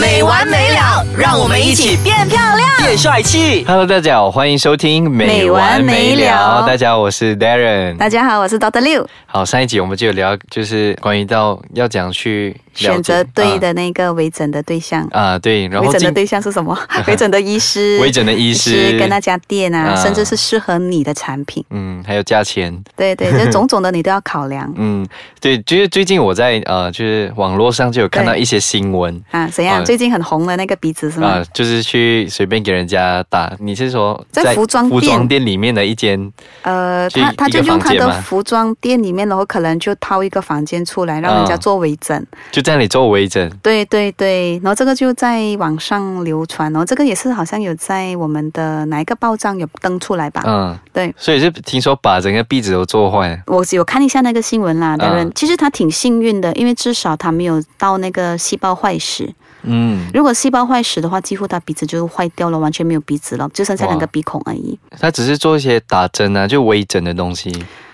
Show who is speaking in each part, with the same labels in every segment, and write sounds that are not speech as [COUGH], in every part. Speaker 1: 没完没了，让我们一起变漂亮。
Speaker 2: 变帅气。
Speaker 3: Hello，大家好，欢迎收听《
Speaker 1: 美完没了
Speaker 3: 大家好，我是 Darren。
Speaker 1: 大家好，我是 Doctor 六，
Speaker 3: 好，上一集我们就有聊，就是关于到要讲去了解啊
Speaker 1: 选择对的那个微整的对象。
Speaker 3: 啊啊对，然
Speaker 1: 微
Speaker 3: 后
Speaker 1: 整的
Speaker 3: 今
Speaker 1: 对象是
Speaker 3: [LAUGHS]
Speaker 1: 什么？ [LAUGHS] 微整的医师，
Speaker 3: 微整的医师
Speaker 1: 是跟那家店啊，
Speaker 3: 啊
Speaker 1: 甚至是适合你的产品。
Speaker 3: 嗯，还有价钱，
Speaker 1: 对
Speaker 3: [LAUGHS]
Speaker 1: 对，这种种的你都要考量
Speaker 3: 嗯，对，就是最近我在呃，就是网络上就有看到
Speaker 1: 对
Speaker 3: 一些新闻。
Speaker 1: 啊。怎样？
Speaker 3: 啊
Speaker 1: 最近很红的那个鼻子是
Speaker 3: 啊
Speaker 1: 吗？，
Speaker 3: 就是去随便给人家打，你是说
Speaker 1: 在服装
Speaker 3: 服
Speaker 1: 店
Speaker 3: 装店里面的一间
Speaker 1: 呃，
Speaker 3: 去
Speaker 1: 他他
Speaker 3: 一
Speaker 1: 就
Speaker 3: 个
Speaker 1: 用
Speaker 3: 房
Speaker 1: 他
Speaker 3: 间
Speaker 1: 的
Speaker 3: 吗
Speaker 1: 服装店里面，然后可能就掏一个房间出来，让人家
Speaker 3: 啊
Speaker 1: 做微整。
Speaker 3: 就在那里做微整，
Speaker 1: 对对对，然后这个就在网上流传，然后这个也是好像有在我们的哪一个报章有登出来吧？
Speaker 3: 嗯，
Speaker 1: 啊对，
Speaker 3: 所以是听说把整个壁纸都做坏了，
Speaker 1: 我有看一下那个新闻啦，当然、
Speaker 3: 嗯
Speaker 1: 其实他挺幸运的，因为至少他没有到那个细胞坏死。
Speaker 3: 嗯，
Speaker 1: 如果细胞坏死的话，几乎他鼻子就坏掉了，完全没有鼻子了，就剩下两个
Speaker 3: 哇
Speaker 1: 鼻孔而已。
Speaker 3: 他只是做一些打针啊，就微整的东西，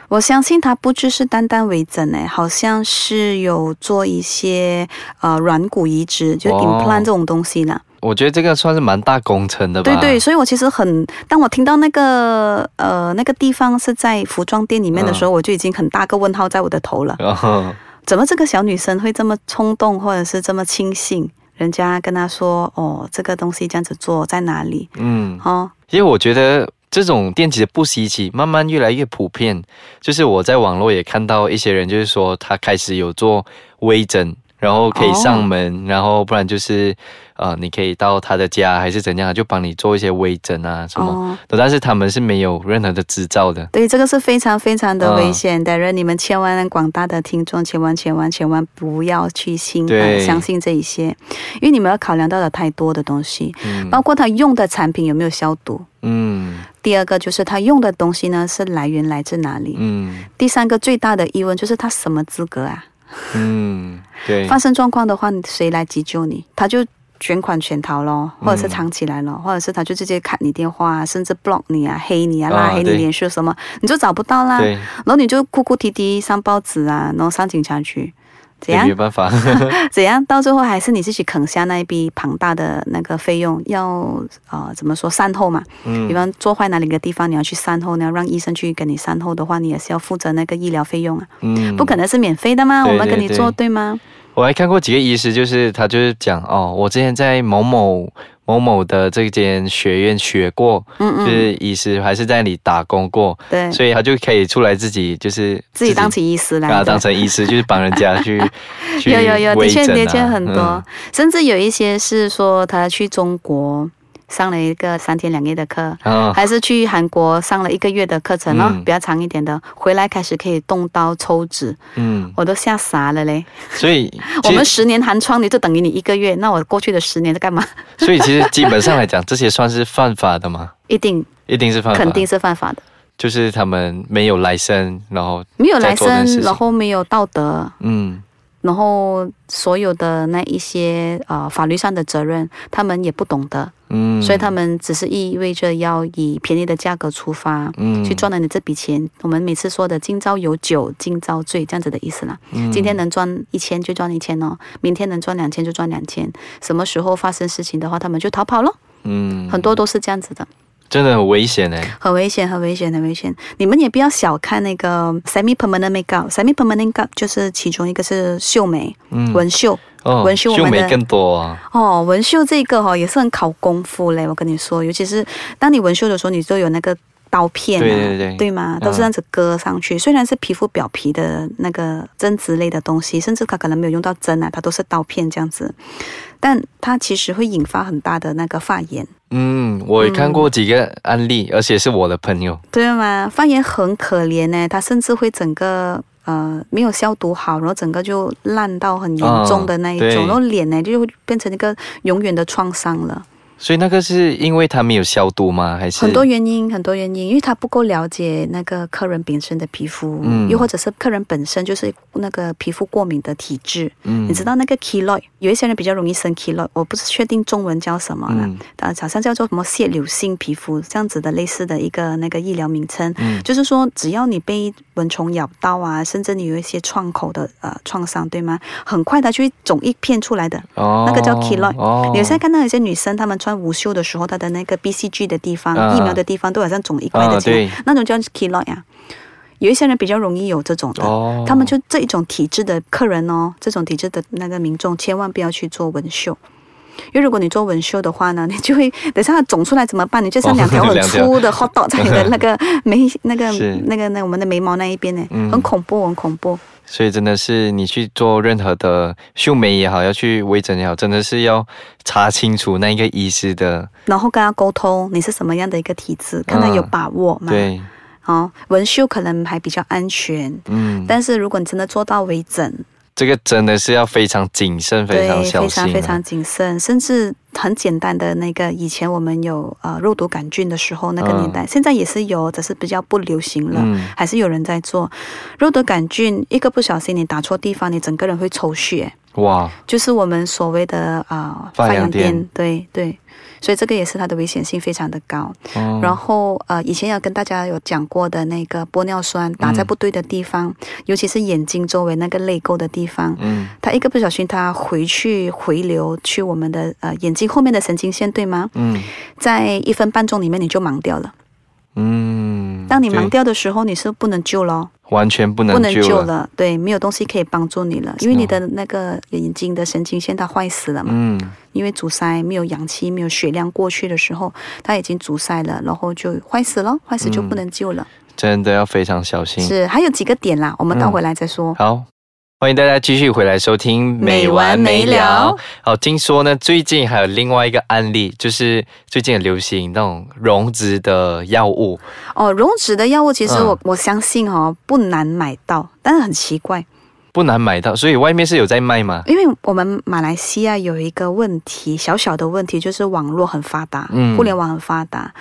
Speaker 1: 我相信他不只是单单微整诶，好像是有做一些呃软骨移植，就
Speaker 3: 哦
Speaker 1: implant 这种东西啦。
Speaker 3: 我觉得这个算是蛮大工程的吧。
Speaker 1: 对对，所以我其实很，当我听到那个呃那个地方是在服装店里面的
Speaker 3: 嗯
Speaker 1: 时候，我就已经很大个问号在我的头了。
Speaker 3: 然后
Speaker 1: 怎么这个小女生会这么冲动，或者是这么轻信？人家跟她说哦，这个东西这样子做在哪里？
Speaker 3: [LAUGHS] 嗯，
Speaker 1: 哦，
Speaker 3: 因为我觉得这种电子不稀奇，慢慢越来越普遍。就是我在网络也看到一些人，就是说他开始有做微整，然后可以上
Speaker 1: 哦
Speaker 3: 门，然后不然就是呃，你可以到他的家还是怎样，就帮你做一些微整啊什么。
Speaker 1: 哦，
Speaker 3: 但是他们是没有任何的执照的。
Speaker 1: 对，这个是非常非常的危
Speaker 3: 嗯
Speaker 1: 险的，人、你们千万广大的听众千万千万千万不要去信、呃
Speaker 3: 对
Speaker 1: 相信这一些，因为你们要考量到的太多的东西，
Speaker 3: 嗯
Speaker 1: 包括他用的产品有没有消毒，
Speaker 3: 嗯
Speaker 1: 第二个就是他用的东西呢是来源来自哪里。
Speaker 3: 嗯
Speaker 1: 第三个最大的疑问就是他什么资格啊？
Speaker 3: 嗯，对
Speaker 1: 发生状况的话，你谁来急救你？他就卷款潜逃咯，或者是
Speaker 3: 嗯
Speaker 1: 藏起来了，或者是他就直接砍你电话啊，甚至 block 你啊、黑你啊、
Speaker 3: 啊
Speaker 1: 拉黑你
Speaker 3: 对
Speaker 1: 脸书什么，你就找不到啦。
Speaker 3: 对，
Speaker 1: 然后你就哭哭啼啼上报纸啊，然后上警察局。怎
Speaker 3: 也
Speaker 1: 样
Speaker 3: 没？办法。
Speaker 1: 怎样？到最后还是你自己啃下那一笔庞大的那个费用，要呃怎么说善后嘛？比
Speaker 3: 嗯，
Speaker 1: 方做坏哪里个地方，你要去善后，你要让医生去跟你善后的话，你也是要负责那个医疗费用啊，
Speaker 3: 嗯
Speaker 1: 不可能是免费的嘛，
Speaker 3: 对
Speaker 1: 我们跟你
Speaker 3: 对
Speaker 1: 做对吗？
Speaker 3: 我还看过几个医师，就是他就是讲哦，我之前在某某某某的这间学院学过，
Speaker 1: 嗯
Speaker 3: 就
Speaker 1: 嗯，
Speaker 3: 是医师还是在那里打工过，
Speaker 1: 对，
Speaker 3: 所以他就可以出来自己就是
Speaker 1: 自己当起医师来
Speaker 3: 把他
Speaker 1: 的
Speaker 3: 当。
Speaker 1: [LAUGHS]
Speaker 3: 成医师，就是帮人家去去
Speaker 1: 有有有，的
Speaker 3: 微
Speaker 1: 确
Speaker 3: 整啊
Speaker 1: 的确很多，
Speaker 3: 嗯
Speaker 1: 甚至有一些是说他去中国上了一个三天两夜的课，
Speaker 3: 啊、
Speaker 1: 还是去韩国上了一个月的课程哦，
Speaker 3: 嗯
Speaker 1: 比较长一点的，回来开始可以动刀抽脂，
Speaker 3: 嗯，
Speaker 1: 我都吓傻了嘞。
Speaker 3: 所以
Speaker 1: 我
Speaker 3: 其
Speaker 1: 们
Speaker 3: 实
Speaker 1: 十年寒窗，你就等于你一个月，那我过去的十年在干嘛？
Speaker 3: [LAUGHS]
Speaker 1: [LAUGHS]
Speaker 3: 所以其实基本上来讲，这些算是犯法的嘛，
Speaker 1: 一定
Speaker 3: 一定是犯法，
Speaker 1: 肯定是犯法的。
Speaker 3: 就是他们没有来生，然后
Speaker 1: 没有
Speaker 3: 在
Speaker 1: 来
Speaker 3: 做这件事
Speaker 1: 生，
Speaker 3: 情
Speaker 1: 然后没有道德，
Speaker 3: 嗯
Speaker 1: 然后所有的那一些呃法律上的责任，他们也不懂得，
Speaker 3: 嗯，
Speaker 1: 所以他们只是意味着要以便宜的价格出发。
Speaker 3: 嗯
Speaker 1: 去赚了你这笔钱，我们每次说的“今朝有酒今朝醉”这样子的意思啦。
Speaker 3: 嗯
Speaker 1: 今天能赚一千就赚一千哦，明天能赚两千就赚两千。什么时候发生事情的话，他们就逃跑咯。
Speaker 3: 嗯
Speaker 1: 很多都是这样子的，
Speaker 3: 真的很危险哎、
Speaker 1: 很危险，很危险，很危险。你们也不要小看那个 semi permanent makeup，semi permanent makeup 就是其中一个是秀眉、
Speaker 3: 嗯
Speaker 1: 纹绣。
Speaker 3: 哦
Speaker 1: 纹绣我
Speaker 3: 秀
Speaker 1: 们
Speaker 3: 眉
Speaker 1: 的
Speaker 3: 更多啊，
Speaker 1: 哦，纹绣这个哈、哦、也是很考功夫嘞，我跟你说，尤其是当你纹绣的时候，你就有那个刀片、啊，
Speaker 3: 对对对嗯
Speaker 1: 吗？都是这样子割上去，虽然是皮肤表皮的那个针织类的东西，甚至它可能没有用到针啊，它都是刀片这样子，但它其实会引发很大的那个发炎，
Speaker 3: 嗯，我也看过几个案例，而且是我的朋友，
Speaker 1: 对吗？发炎很可怜呢，它甚至会整个。呃，没有消毒好，然后整个就烂到很严重的那一种，
Speaker 3: 嗯对
Speaker 1: 然后脸呢就会变成一个永远的创伤了。
Speaker 3: 所以那个是因为它没有消毒吗？还是嗯
Speaker 1: 很多原因，很多原因，因为他不够了解那个客人本身的皮肤，
Speaker 3: 嗯
Speaker 1: 又或者是客人本身就是那个皮肤过敏的体质。
Speaker 3: 嗯
Speaker 1: 你知道那个 keloid，有一些人比较容易生 keloid，我不是确定中文叫什么了
Speaker 3: 嗯，
Speaker 1: 但好像叫做什么腺瘤性皮肤这样子的类似的一个那个医疗名称。
Speaker 3: 嗯
Speaker 1: 就是说，只要你被蚊虫咬到啊，甚至你有一些创口的呃创伤，对吗？很快它就会肿一片出来的。
Speaker 3: 哦
Speaker 1: 那个叫 keloid
Speaker 3: 哦
Speaker 1: 你有在看到有些女生，她们穿无袖的时候，她的那个 BCG 的地方、
Speaker 3: 啊
Speaker 1: 疫苗的地方，都好像肿一块的
Speaker 3: 啊
Speaker 1: 起来，
Speaker 3: 对
Speaker 1: 那种叫 keloid 啊。有一些人比较容易有这种的，
Speaker 3: 哦
Speaker 1: 他们就这一种体质的客人哦，这种体质的那个民众，千万不要去做纹绣。因为如果你做纹绣的话呢， [LAUGHS] 你就会等下它肿出来怎么办？你就像
Speaker 3: 哦
Speaker 1: 两条很
Speaker 3: 两条
Speaker 1: 粗的 hot dog 在你的
Speaker 3: [LAUGHS]
Speaker 1: 那个眉、那个
Speaker 3: 是、
Speaker 1: 那个、那我们的眉毛那一边呢，
Speaker 3: 嗯
Speaker 1: 很恐怖，很恐怖。
Speaker 3: 所以真的是你去做任何的秀眉也好，要去微整也好，真的是要查清楚那一个医师的
Speaker 1: 然后跟他沟通你是什么样的一个体质，看他有
Speaker 3: 嗯
Speaker 1: 把握吗？
Speaker 3: 对，
Speaker 1: 哦，纹绣可能还比较安全，
Speaker 3: 嗯，
Speaker 1: 但是如果你真的做到微整，
Speaker 3: 这个真的是要非常谨慎，非
Speaker 1: 对，
Speaker 3: 常
Speaker 1: 非
Speaker 3: 小
Speaker 1: 常
Speaker 3: 心啊、
Speaker 1: 非常谨慎，甚至很简单的那个，以前我们有呃肉毒杆菌的时候那个年代，现在也是有，只是比较不流行了，
Speaker 3: 嗯
Speaker 1: 还是有人在做肉毒杆菌。一个不小心你打错地方，你整个人会抽血，
Speaker 3: 哇，
Speaker 1: 就是我们所谓的啊、呃、
Speaker 3: 发扬
Speaker 1: 癫
Speaker 3: 癫
Speaker 1: 对对，所以这个也是它的危险性非常的高。
Speaker 3: 哦
Speaker 1: 然后呃，以前有跟大家有讲过的那个玻尿酸打
Speaker 3: 嗯
Speaker 1: 在不对的地方，尤其是眼睛周围那个泪沟的地方，
Speaker 3: 嗯
Speaker 1: 它一个不小心它回去回流去我们的呃眼睛后面的神经线，对吗？
Speaker 3: 嗯
Speaker 1: 在一分半钟里面你就盲掉了。
Speaker 3: 嗯，
Speaker 1: 当你
Speaker 3: 对
Speaker 1: 盲掉的时候，你是不能救咯，
Speaker 3: 完全不
Speaker 1: 不
Speaker 3: 能
Speaker 1: 能
Speaker 3: 救
Speaker 1: 救了，对，没有东西可以帮助你了，因为
Speaker 3: 哦
Speaker 1: 你的那个眼睛的神经线它坏死了嘛。
Speaker 3: 嗯
Speaker 1: 因为阻塞没有氧气、没有血量过去的时候，它已经阻塞了，然后就坏死了，坏死就不
Speaker 3: 嗯
Speaker 1: 能救了。
Speaker 3: 真的要非常小心。
Speaker 1: 是，还有几个点啦，我们倒回来再说。
Speaker 3: 好，欢迎大家继续回来收听《
Speaker 1: 美完没了。
Speaker 3: 好，哦听说呢，最近还有另外一个案例，就是最近很流行那种溶脂的药物，
Speaker 1: 哦，溶脂的药物其实
Speaker 3: 嗯
Speaker 1: 我、我相信哦不难买到，但是很奇怪，
Speaker 3: 不难买到，所以外面是有在卖吗？
Speaker 1: 因为我们马来西亚有一个问题，小小的问题就是网络很发达，
Speaker 3: 嗯
Speaker 1: 互联网很发达。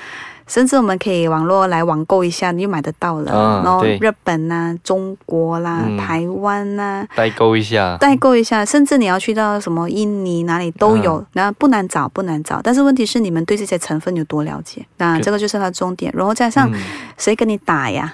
Speaker 1: 甚至我们可以网络来网购一下，你就买得到了。
Speaker 3: 啊
Speaker 1: 然后
Speaker 3: 对
Speaker 1: 日本呐、中国啦、
Speaker 3: 嗯
Speaker 1: 台湾啊呐、
Speaker 3: 代购一下，
Speaker 1: 代购一下，甚至你要去到什么印尼哪里都有，
Speaker 3: 嗯
Speaker 1: 那不难找，不难找。但是问题是你们对这些成分有多了解？那
Speaker 3: 对
Speaker 1: 这个就是它的重点。然后加上
Speaker 3: 嗯
Speaker 1: 谁跟你打呀？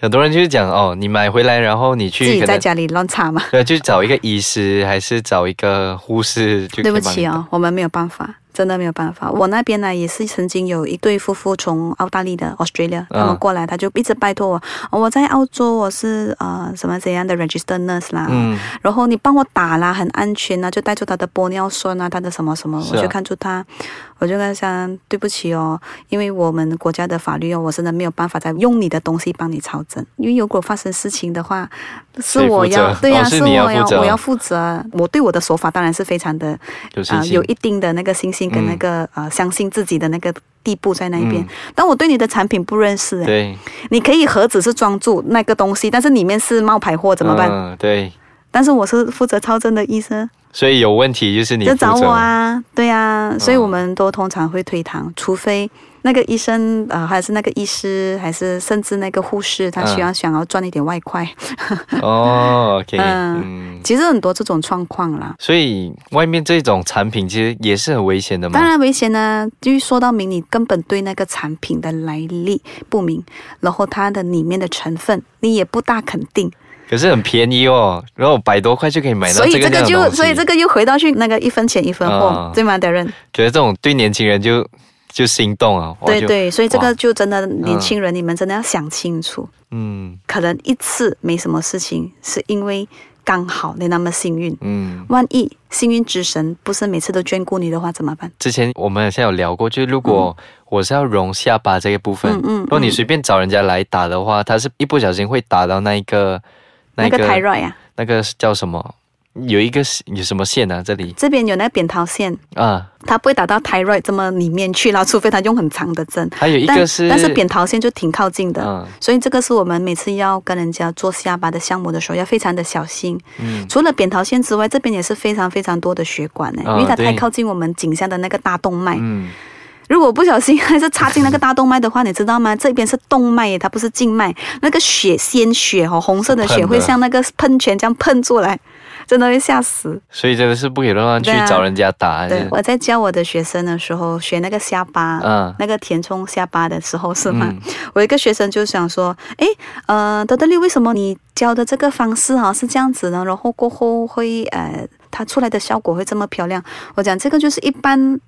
Speaker 3: 很多人就是讲哦，你买回来，然后你去
Speaker 1: 自己
Speaker 3: 可
Speaker 1: 在
Speaker 3: 能
Speaker 1: 家里乱查嘛？
Speaker 3: 对，去找一个医师，还是找一个护士就可以
Speaker 1: 对不
Speaker 3: 帮
Speaker 1: 起
Speaker 3: 你
Speaker 1: 哦，我们没有办法，真的没有办法。我那边呢也是曾经有一对夫妇从澳大利亚的
Speaker 3: 嗯
Speaker 1: Australia 他们过来，他就一直拜托我，哦我在澳洲我是呃什么怎样的 register nurse 啦，
Speaker 3: 嗯
Speaker 1: 然后你帮我打啦，很安全啊呐、就带住他的玻尿酸啊，他的什么什么，
Speaker 3: 是啊
Speaker 1: 我就看住他，我就跟他讲，对不起哦，因为我们国家的法律哦，我真的没有办法再用你的东西帮你超诊，因为如果发生事情的话，是
Speaker 3: 谁负
Speaker 1: 我要
Speaker 3: 责
Speaker 1: 对呀、
Speaker 3: 哦是
Speaker 1: 是
Speaker 3: 你要
Speaker 1: 我要
Speaker 3: 负责
Speaker 1: 我要负责，我对我的手法当然是非常的
Speaker 3: 有信
Speaker 1: 啊、
Speaker 3: 心
Speaker 1: 有一定的那个信心跟那个、呃相信自己的那个地步在那一边，
Speaker 3: 嗯
Speaker 1: 但我对你的产品不认识，诶
Speaker 3: 对
Speaker 1: 你可以盒子是装住那个东西，但是里面是冒牌货怎么办？
Speaker 3: 嗯，对，
Speaker 1: 但是我是负责超正的医生，
Speaker 3: 所以有问题就是你
Speaker 1: 就找
Speaker 3: 负责哦
Speaker 1: 我啊，对啊，所以我们都通常会退堂，除非那个医生啊、呃还是那个医师，还是甚至那个护士，他需要想要赚一点外快。
Speaker 3: 嗯哦，OK，
Speaker 1: [LAUGHS] 嗯
Speaker 3: 嗯
Speaker 1: 其实很多这种状况啦。
Speaker 3: 所以外面这种产品其实也是很危险的嘛。
Speaker 1: 当然，危险呢，就是说到明，你根本对那个产品的来历不明，然后它的里面的成分你也不大肯定，
Speaker 3: 可是很便宜哦，然后百多块就可以买到
Speaker 1: 所以
Speaker 3: 这个
Speaker 1: 这个
Speaker 3: 量的
Speaker 1: 就，
Speaker 3: 东西
Speaker 1: 所以这个又回到去那个一分钱一分货，
Speaker 3: 啊
Speaker 1: 对吗，Darren？
Speaker 3: 觉得这种对年轻人就就心动啊。哇
Speaker 1: 对，
Speaker 3: 就
Speaker 1: 对，所以这
Speaker 3: 哇
Speaker 1: 个就真的年轻人，你们真的要想清楚。
Speaker 3: 嗯
Speaker 1: 可能一次没什么事情，是因为刚好你那么幸运。
Speaker 3: 嗯。
Speaker 1: 万一幸运之神不是每次都眷顾你的话，怎么办？
Speaker 3: 之前我们好像有聊过，就是如果我是要融下巴这个部分，
Speaker 1: 嗯嗯嗯
Speaker 3: 如果你随便找人家来打的话，他是一不小心会打到那一个
Speaker 1: 那
Speaker 3: 一
Speaker 1: 个 thyroid 啊，
Speaker 3: 那个叫什么有一个线有什么线啊？这里
Speaker 1: 这边有那个扁桃腺，
Speaker 3: 啊，
Speaker 1: 它不会打到 thyroid 这么里面去啦，除非它用很长的针。
Speaker 3: 还有一
Speaker 1: 但
Speaker 3: 个是，
Speaker 1: 但是扁桃腺就挺靠近的，
Speaker 3: 嗯
Speaker 1: 所以这个是我们每次要跟人家做下巴的项目的时候要非常的小心。
Speaker 3: 嗯
Speaker 1: 除了扁桃腺之外，这边也是非常非常多的血管呢、
Speaker 3: 啊
Speaker 1: 因为它太
Speaker 3: 对
Speaker 1: 靠近我们颈项的那个大动脉。
Speaker 3: 嗯
Speaker 1: 如果不小心还是插进那个大动脉的话，你知道吗？这边是动脉耶，它不是静脉。那个血鲜血哦，红色的
Speaker 3: 喷
Speaker 1: 血
Speaker 3: 的
Speaker 1: 会像那个喷泉这样喷出来，真的会吓死。
Speaker 3: 所以真的是不可以乱乱去
Speaker 1: 对啊
Speaker 3: 找人家打。
Speaker 1: 对，我在教我的学生的时候，学那个下巴，
Speaker 3: 嗯
Speaker 1: 那个填充下巴的时候是吗？
Speaker 3: 嗯
Speaker 1: 我有一个学生就想说，诶，呃，德德利，为什么你教的这个方式啊是这样子呢？然后过后会呃，它出来的效果会这么漂亮？我讲这个就是一般。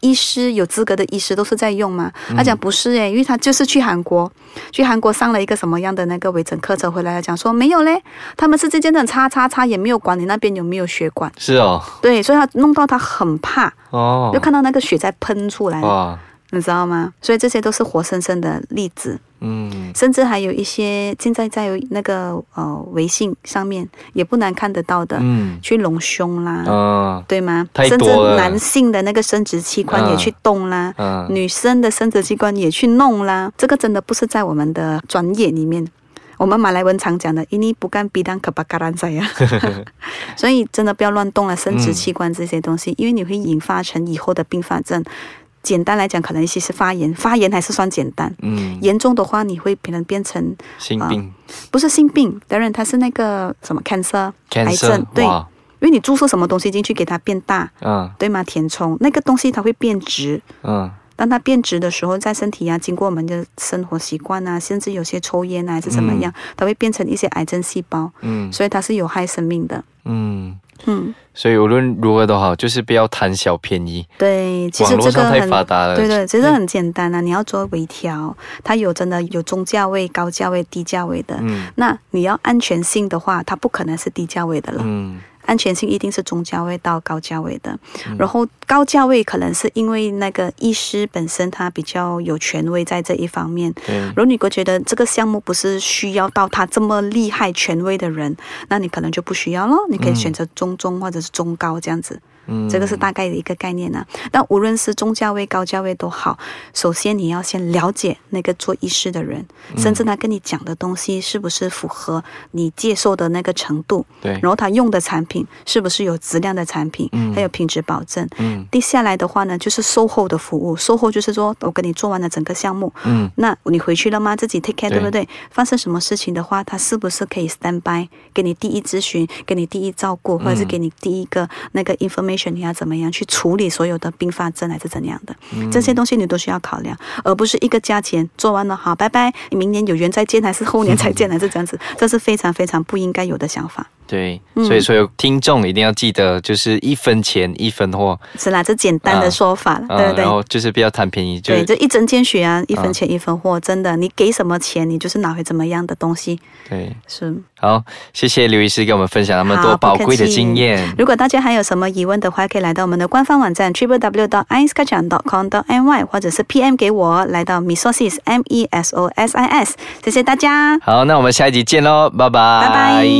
Speaker 1: 医师有资格的医师都是在用嘛？他讲不是诶、因为他就是去韩国，去韩国上了一个什么样的那个微整课程回来，他讲说没有嘞，他们是这间的叉叉叉，也没有管你那边有没有血管，
Speaker 3: 是哦，
Speaker 1: 对，所以他弄到他很怕，
Speaker 3: 哦
Speaker 1: 就，看到那个血在喷出来，
Speaker 3: 哇，
Speaker 1: 你知道吗？所以这些都是活生生的例子，
Speaker 3: 嗯，
Speaker 1: 甚至还有一些现在在那个呃微信上面也不难看得到的，
Speaker 3: 嗯，
Speaker 1: 去隆胸啦，
Speaker 3: 嗯，
Speaker 1: 对吗？
Speaker 3: 太
Speaker 1: 甚
Speaker 3: 多
Speaker 1: 至
Speaker 3: 了
Speaker 1: 男性的那个生殖器官也去动啦。
Speaker 3: 嗯，
Speaker 1: 女生的生殖器官也去弄啦，这个真的不是在我们的专业里面。我们马来文常讲的“一尼不干比当可巴嘎兰塞呀”，
Speaker 3: [LAUGHS]
Speaker 1: 所以真的不要乱动了生殖器官这些东西，因为你会引发成以后的并发症。简单来讲，可能一些是发炎，发炎还是算简单。
Speaker 3: 嗯，
Speaker 1: 严重的话，你会可能变成
Speaker 3: 心病
Speaker 1: 不是性病，当然它是那个什么 cancer 癌
Speaker 3: ，cancer，
Speaker 1: 症，对，因
Speaker 3: 哇，
Speaker 1: 为你注射什么东西进去给它变大，
Speaker 3: 嗯
Speaker 1: 对吗？填充那个东西它会变直，
Speaker 3: 嗯
Speaker 1: 当它变质的时候，在身体啊，经过我们的生活习惯啊，甚至有些抽烟啊，还是怎么样，它会变成一些癌症细胞，
Speaker 3: 嗯
Speaker 1: 所以它是有害生命的。
Speaker 3: 嗯，
Speaker 1: 嗯，
Speaker 3: 所以无论如何都好，就是不要贪小便宜。
Speaker 1: 对，其实
Speaker 3: 网络
Speaker 1: 这
Speaker 3: 上
Speaker 1: 个
Speaker 3: 太发
Speaker 1: 很。
Speaker 3: 达了，嗯
Speaker 1: 对对，其实很简单啊，你要做微调，它有真的有中价位、高价位、低价位的。
Speaker 3: 嗯
Speaker 1: 那你要安全性的话，它不可能是低价位的了，
Speaker 3: 嗯
Speaker 1: 安全性一定是中价位到高价位的。然后高价位可能是因为那个医师本身他比较有权威在这一方面，
Speaker 3: 嗯对
Speaker 1: 如，果你觉得这个项目不是需要到他这么厉害权威的人，那你可能就不需要咯。你可以选择中中或者是中高这样子，
Speaker 3: 嗯
Speaker 1: 这个是大概的一个概念呢、但无论是中价位、高价位都好，首先你要先了解那个做医师的人，甚至他跟你讲的东西是不是符合你接受的那个程度，
Speaker 3: 对
Speaker 1: 然，后他用的产品是不是有质量的产品，
Speaker 3: 嗯
Speaker 1: 还有品质保证。
Speaker 3: 嗯
Speaker 1: 接下来的话呢，就是售后的服务。售后就是说我跟你做完了整个项目，
Speaker 3: 嗯
Speaker 1: 那你回去了吗？自己 take care，
Speaker 3: 对
Speaker 1: 对不对？发生什么事情的话，他是不是可以 stand by，给你第一咨询，给你第一照顾，
Speaker 3: 嗯
Speaker 1: 或者是给你第一个那个 information，你要怎么样去处理所有的并发症还是怎样的？
Speaker 3: 嗯
Speaker 1: 这些东西你都需要考量，而不是一个价钱做完了好，拜拜，明年有缘再见，还是后年再见，还是这样子？这是非常非常不应该有的想法。
Speaker 3: 对，
Speaker 1: 嗯
Speaker 3: 所以所有听众一定要记得，就是一分钱一分货，
Speaker 1: 是啦，这简单的
Speaker 3: 啊
Speaker 1: 说法了，
Speaker 3: 啊
Speaker 1: 对不对
Speaker 3: 然？后就是不要贪便宜，就
Speaker 1: 对，就一针见血啊，一分钱一分货，真的，你给什么钱，你就是拿回怎么样的东西，
Speaker 3: 对。
Speaker 1: 是。
Speaker 3: 好，谢谢刘医师给我们分享那么多
Speaker 1: 好不
Speaker 3: 宝
Speaker 1: 客
Speaker 3: 贵的
Speaker 1: 气
Speaker 3: 经验。
Speaker 1: 如果大家还有什么疑问的话，可以来到我们的官方网站 triple w dot i s k a c h a n dot com dot my，或者是 PM 给我，来到 mesosis m e s o s i s，谢谢大家，
Speaker 3: 好，那我们下一集见喽，拜拜，
Speaker 1: 拜拜。